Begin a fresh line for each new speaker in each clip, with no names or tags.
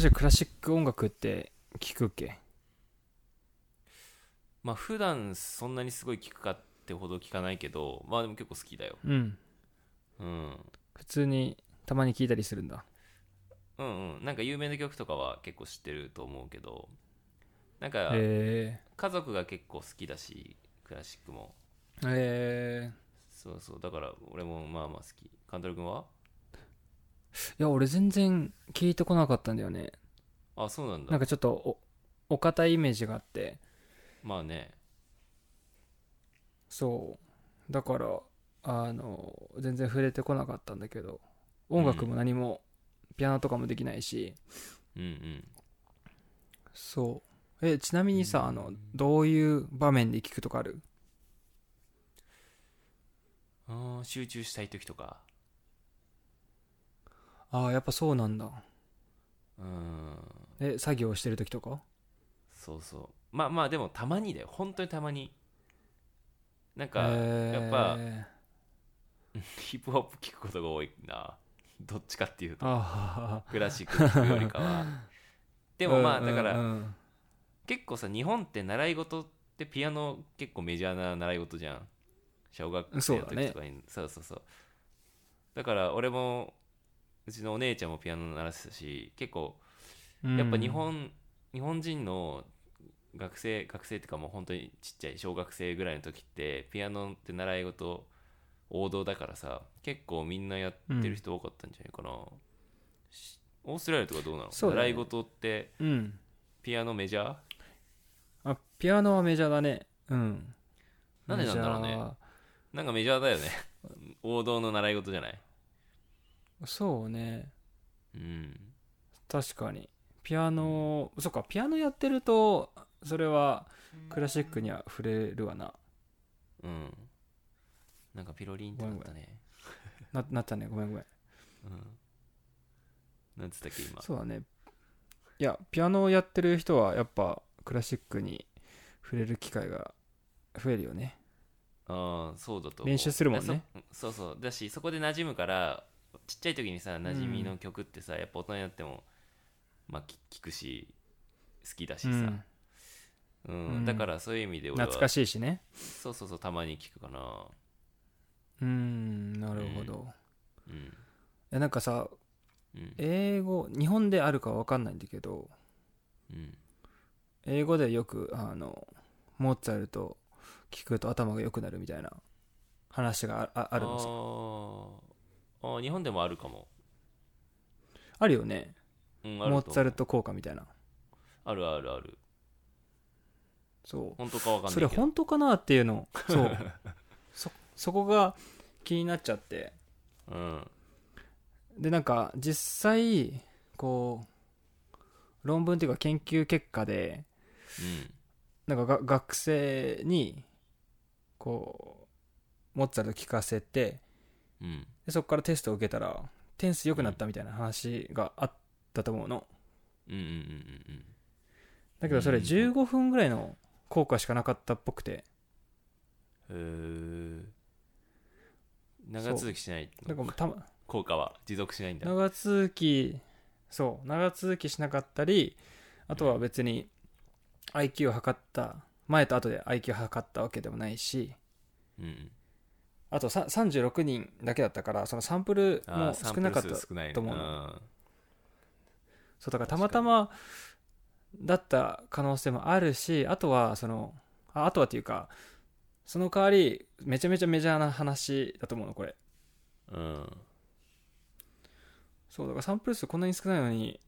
じゃクラシック音楽って聞くっけ
まあ普段そんなにすごい聞くかってほど聞かないけどまあでも結構好きだよ、
うん
うん、
普通にたまに聞いたりするんだ
うんうんなんか有名な曲とかは結構知ってると思うけどなんか
へ
家族が結構好きだしクラシックも
えへえ
そうそうだから俺もまあまあ好きカントル君はい
や俺全然聞いてこなかったんだよね
あそうなんだ
なんかちょっとおお堅いイメージがあって
まあね
そうだからあの全然触れてこなかったんだけど音楽も何も、ピアノとかもできないし
うんうん
そうえちなみにさ、あのどういう場面で聞くとかある
あー集中したい時とか
ああやっぱそうなんだ
うん
え作業してる時とか
そうそうまあまあでもたまにだよ本当にたまになん
へ
か
ー
やっぱヒップホップ聞くことが多いなどっちかっていうと
ああ
クラシック聞くよりか はでもまあ
うんう
だ
ん
から、
うん
結構さ日本って習い事ってピアノ結構メジャーな習い事じゃん小学生の
そうだね
時とかにそう,、そうそうだから俺もうちのお姉ちゃんもピアノ習ってたし結構
うん
やっぱ日本、日本人の学生学生っていうかもう本当にちっちゃい小学生ぐらいの時ってピアノって習い事王道だからさ結構みんなやってる人多かったんじゃないかな、しオーストラリアとかどうなの、
そうだね
習い事って
うん
ピアノメジャー
あピアノはメジャーだねうん
なんでなんだろうね
メジャー
なんかメジャーだよね 王道の習い事じゃない
そうね
うん
確かにピアノそっかピアノやってるとそれはクラシックには触れるわな
うんなんかピロリンってなったね
ななったねごめんごめん
うんなんつったっけ今
そうだねいやピアノをやってる人はやっぱクラシックに触れる機会が増えるよね
ああそうだと思う
練習するもんね
だそそうそうだしそこで馴染むからちっちゃい時にさ馴染みの曲ってさ、やっぱ大人になってもまあき聞くし好きだしさ、
う
うん
んうん
だからそういう意味で俺は
懐かしいしね
そうそうそうたまに聞くかな
うんなるほど、い
うん
やなんかさ
うん
英語日本であるかわかんないんだけど
うん
英語でよくあのモーツァルト聞くと頭が良くなるみたいな話があああるのさ
あーあー日本でもあるかも、
あるよね
うん、あると思う
モーツァルト効果みたいな
あるあるある
そ
本当かわか
うんそ
な
れ
いけど
本当かなっていう のそうそそこが気になっちゃって
うん
でなんか実際こう論文っていうか研究結果でなんかが学生にこうモーツァルト聞かせて
うんうん
でそこからテストを受けたら点数良くなったみたいな話があったと思うの
うんうんうんうん
だけどそれ
うん
15分ぐらいの効果しかなかったっぽくて
うんへえ長続きしない
なんかもうたま
効果は持続しないんだ
長続きそう長続きしなかったりあとは別に IQ を測った前と後で IQ を測ったわけでもないし
うん
あとさ36人だけだったからそのサンプル
あ
も
ーサン
少
プ
な
ル
かっ
数
たそう
少ない
と思う
な
だからたまたまだった可能性もあるしあとはそのああとはっていうかその代わりめちゃめちゃメジャーな話だと思うのこれ
うん
そうだからサンプル数こんなに少ないのに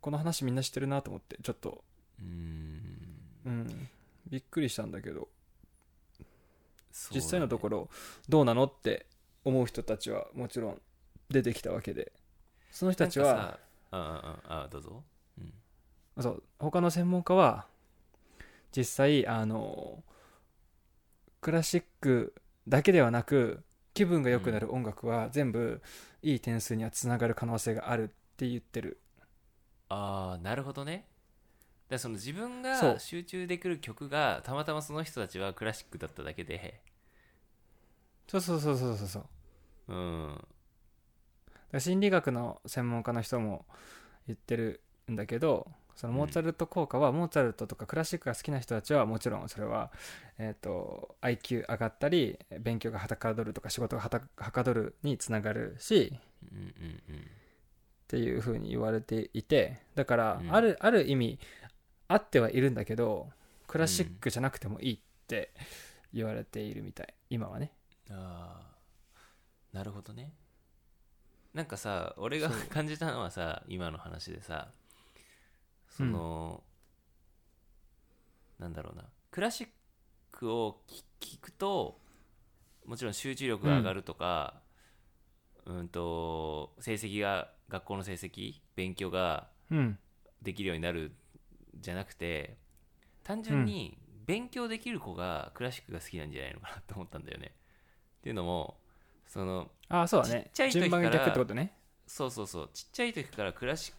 この話みんな知ってるなと思ってちょっと
うん
うんびっくりしたんだけど
そうだ
実
ね
際のところどうなのって思う人たちはもちろん出てきたわけでその人たち
なん
は
かさああああどうぞうん
そう他の専門家は実際あのクラシックだけではなく気分が良くなる音楽は全部いい点数にはつながる可能性があるって言ってる
ああなるほどねだからその自分
そう
が集中できる曲がたまたまその人たちはクラシックだっただけで
そうそうそうそうそうそう
うん
だから心理学の専門家の人も言ってるんんだけどそのモーツァルト効果はモーツァルトとかクラシックが好きな人たちはもちろんそれは、えー、と IQ 上がったり勉強がはたかどるとか仕事がはたはかどるにつながるし
うんうんうん
っていうふうに言われていてだから
うん
ある,、ある意味あってはいるんだけどクラシックじゃなくてもいいって言われているみたい今はね
ああなるほどねなんかさ俺が
そう
感じたのはさ今の話でさその、なんだろうなクラシックを聞聞くともちろん集中力が上がるとか、うん、と成績が学校の成績勉強が
うん
できるようになるじゃなくて単純に勉強できる子がクラシックが好きなんじゃないのかなと思ったんだよね。っていうのもその
ああそうだ
ち
ね
っちゃい時
順番が
から
逆ってことね
そうそうそうちっちゃい時からクラシッ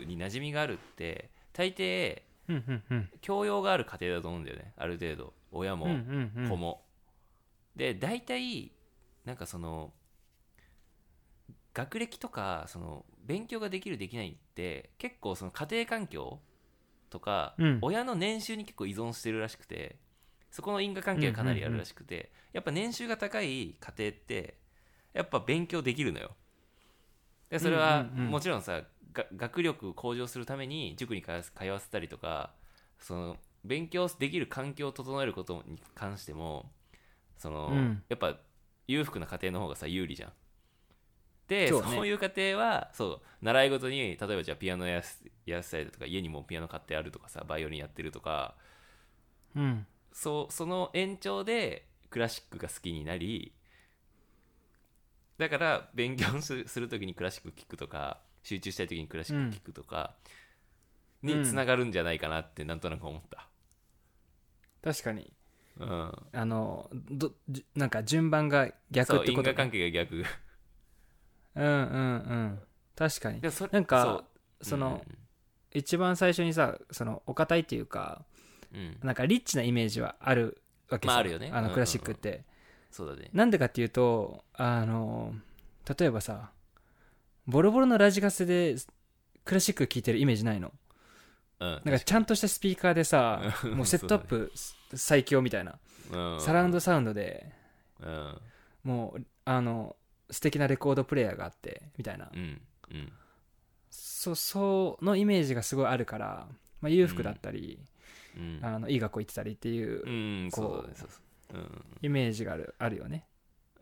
クに馴染みがあるって大抵
うんうんうん
教養がある家庭だと思うんだよねある程度親も
うんうんうん
子も。で大体なんかその学歴とかその勉強ができるできないって結構その家庭環境とか、
うん
親の年収に結構依存してるらしくてそこの因果関係がかなりあるらしくて、やっぱ年収が高い家庭ってやっぱ勉強できるのよでそれは
うんうんうん
もちろんさ、が学力向上するために塾に通わせ通わせたりとかその勉強できる環境を整えることに関してもその、
うん
やっぱ裕福な家庭の方がさ有利じゃんで
そ
そう
う,、ね
いう家庭はそう習い事に例えばじゃあピアノやらせやらせたりだとか家にもうピアノ買ってあるとかさバイオリンやってるとか
うん
そうその延長でクラシックが好きになりだから勉強するする時にクラシック聴くとか集中したい時にクラシック聴くとか
う
に
ん
つながるんじゃないかなってなんとなく思った、
確かに
うん
あのどじゅなんか順番が逆
そ
っ
う
て
因
こと
果
ね
関係が逆
うんうんうん確かに
でもそれ
なんか
う
その、一番最初にさそのお堅いっていうか
うんうんうん
なんかリッチなイメージはあるわけさ
まああるよね
あ
うんうん
の
うん
クラシックって、
そうだね
なんでかっていうとあの例えばさボロボロのラジカセでクラシック聴いてるイメージないの
うん
なんかちゃんとしたスピーカーでさ
うん
もうセットアップ最強みたいな、
うん
サラウンドサウンドで
うん
もうあの素敵なレコードプレイヤーがあってみたいな、
うんうん
そそのイメージがすごいあるから、まあ、裕福だったり、
うん
あのいい学校行ってたりっていう
うん
こう
そうだねそうそううん
イメージがあるあるよね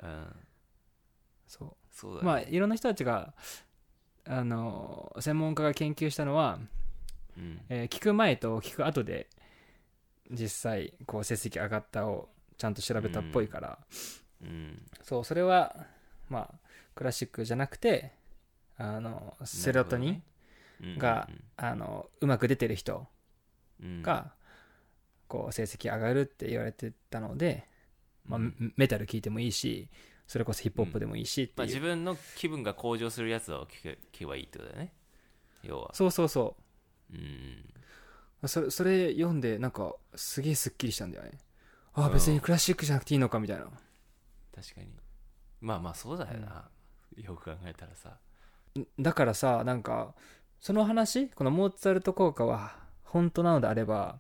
うん
そ
そう
う、
だね
まあいろんな人たちがあの専門家が研究したのは、
うん
えー聞く前と聞く後で実際こう成績上がったをちゃんと調べたっぽいから、
うん
そうそれはまあクラシックじゃなくてあのセロトニン、
ン
があのうまく出てる人が、こう成績上がるって言われてたので、まあ、
うん
メメタル聴いてもいいしそれこそヒップホップでもいいしって
まあ、
いう、
自分の気分が向上するやつを聞け聞けばいいってことだよね要は
そうそうそ
うん
うそれそれ読んでなんかすげえすっきりしたんだよねあ
うん
別にクラシックじゃなくていいのかみたいな
確かにまあまあそうだよな、よく考えたらさ
だからさなんかその話このモーツァルト効果は本当なのであれば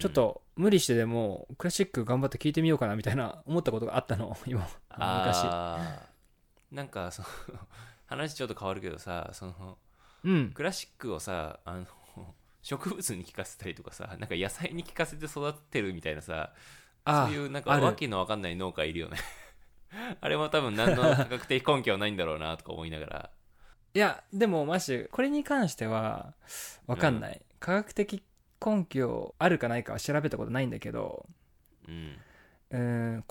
ちょっ、と無理してでもクラシック頑張って聴いてみようかなみたいな思ったことがあったの 今
うんあーなんかその話ちょっと変わるけどさその
昔うん
クラシックをさあの植物に聞かせたりとかさなんか野菜に聞かせて育てるみたいなさ
あ
そういうなんか
ある
わけのわかんない農家いるよね あれも多分何の科学的根拠はないんだろうなとか思いながら
いやでもマシュこれに関しては分かんない、科学的根拠あるかないかは調べたことないんだけど
うん
うーん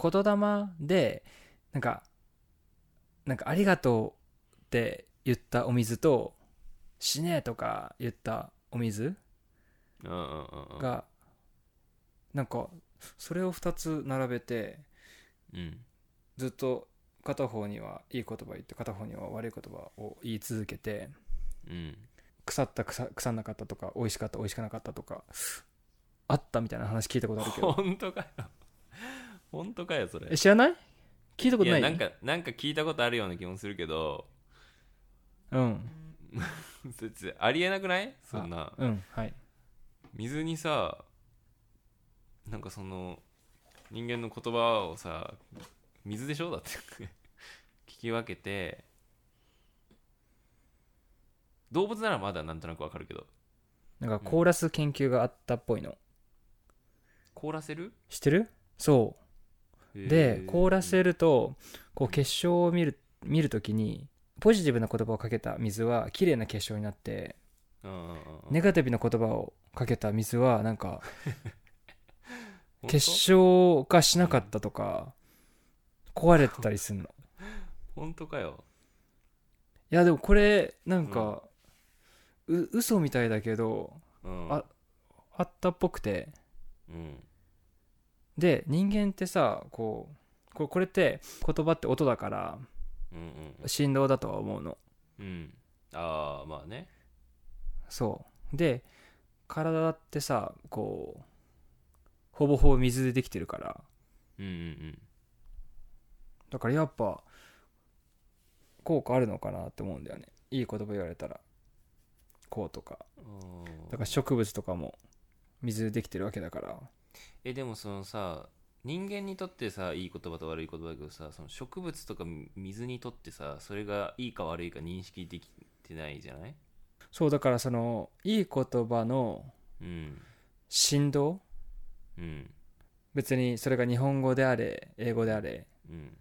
言霊でなんかなんか「ありがとう」って言ったお水と「死ね」とか言ったお水
うんうんうんうん
が、なんかそれを2つ並べて
うん
ずっと片方にはいい言葉言って片方には悪い言葉を言い続けて
うん
腐った腐腐んなかったとか美味しかった美味しくなかったとかあったみたいな話聞いたことあるけ ど
本当かよ本当かよそれ
え知らない聞いたことない
やなんかなんか聞いたことあるような気もするけど
うん、
うそいつありえなくないそんな
うんはい
水にさなんかその人間の言葉をさ水でしょだって 聞き分けて動物ならまだなんとなくわかるけど
なんか凍らす研究があったっぽいの、
凍らせる
知ってるそうで凍らせ
る
るとこう結晶を見る見るときにポジティブな言葉をかけた水は綺麗な結晶になってネガティブな言葉をかけた水はなんか結晶化しなかったとか壊れてたりすんの
本当かよ
いやでもこれなんかう嘘みたいだけど
うん
ああったっぽくて
うん
で人間ってさこうこれこれって言葉って音だから
うんうん
振動だとは思うの
うんああまあね
そうで体ってさこうほぼほぼ水でできてるから
うんうん
だからやっぱ効果あるのかなって思うんだよねいい言葉言われたらこうとか
うんあー
だから植物とかも水でできてるわけだから
えでもそのさ人間にとってさいい言葉と悪い言葉だけどさその植物とか水にとってさそれがいいか悪いか認識できてないじゃない
そうだからそのいい言葉の
うん
振動
うん
別にそれが日本語であれ英語であれ
うん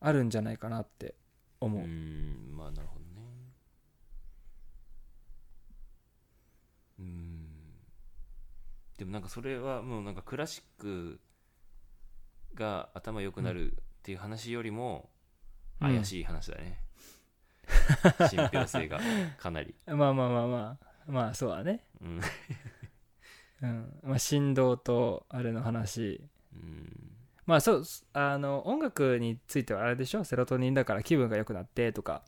あるんじゃないかなって
う
思う、
んまあなるほどねうんでもなんかそれはもうなんかクラシックが頭良くなるっていう話よりも
うん
怪しい話だ ね、信憑性がかなり
まあまあまあまあまあそうだね
うん
うんまあ振動とあれの話
うん
まあそうあの音楽についてはあれでしょセロトニンだから気分が良くなってとか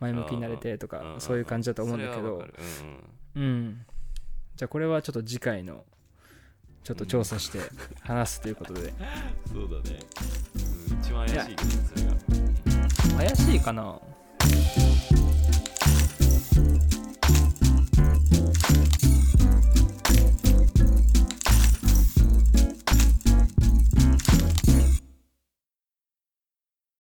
前向きになれてとかそういう感じだと思うんだけ
それはわ
ど
かるうんうん
うんじゃあこれはちょっと次回のちょっと調査して話すということで
そうだね、うん、一番怪しいけどねそれが。
怪しいかな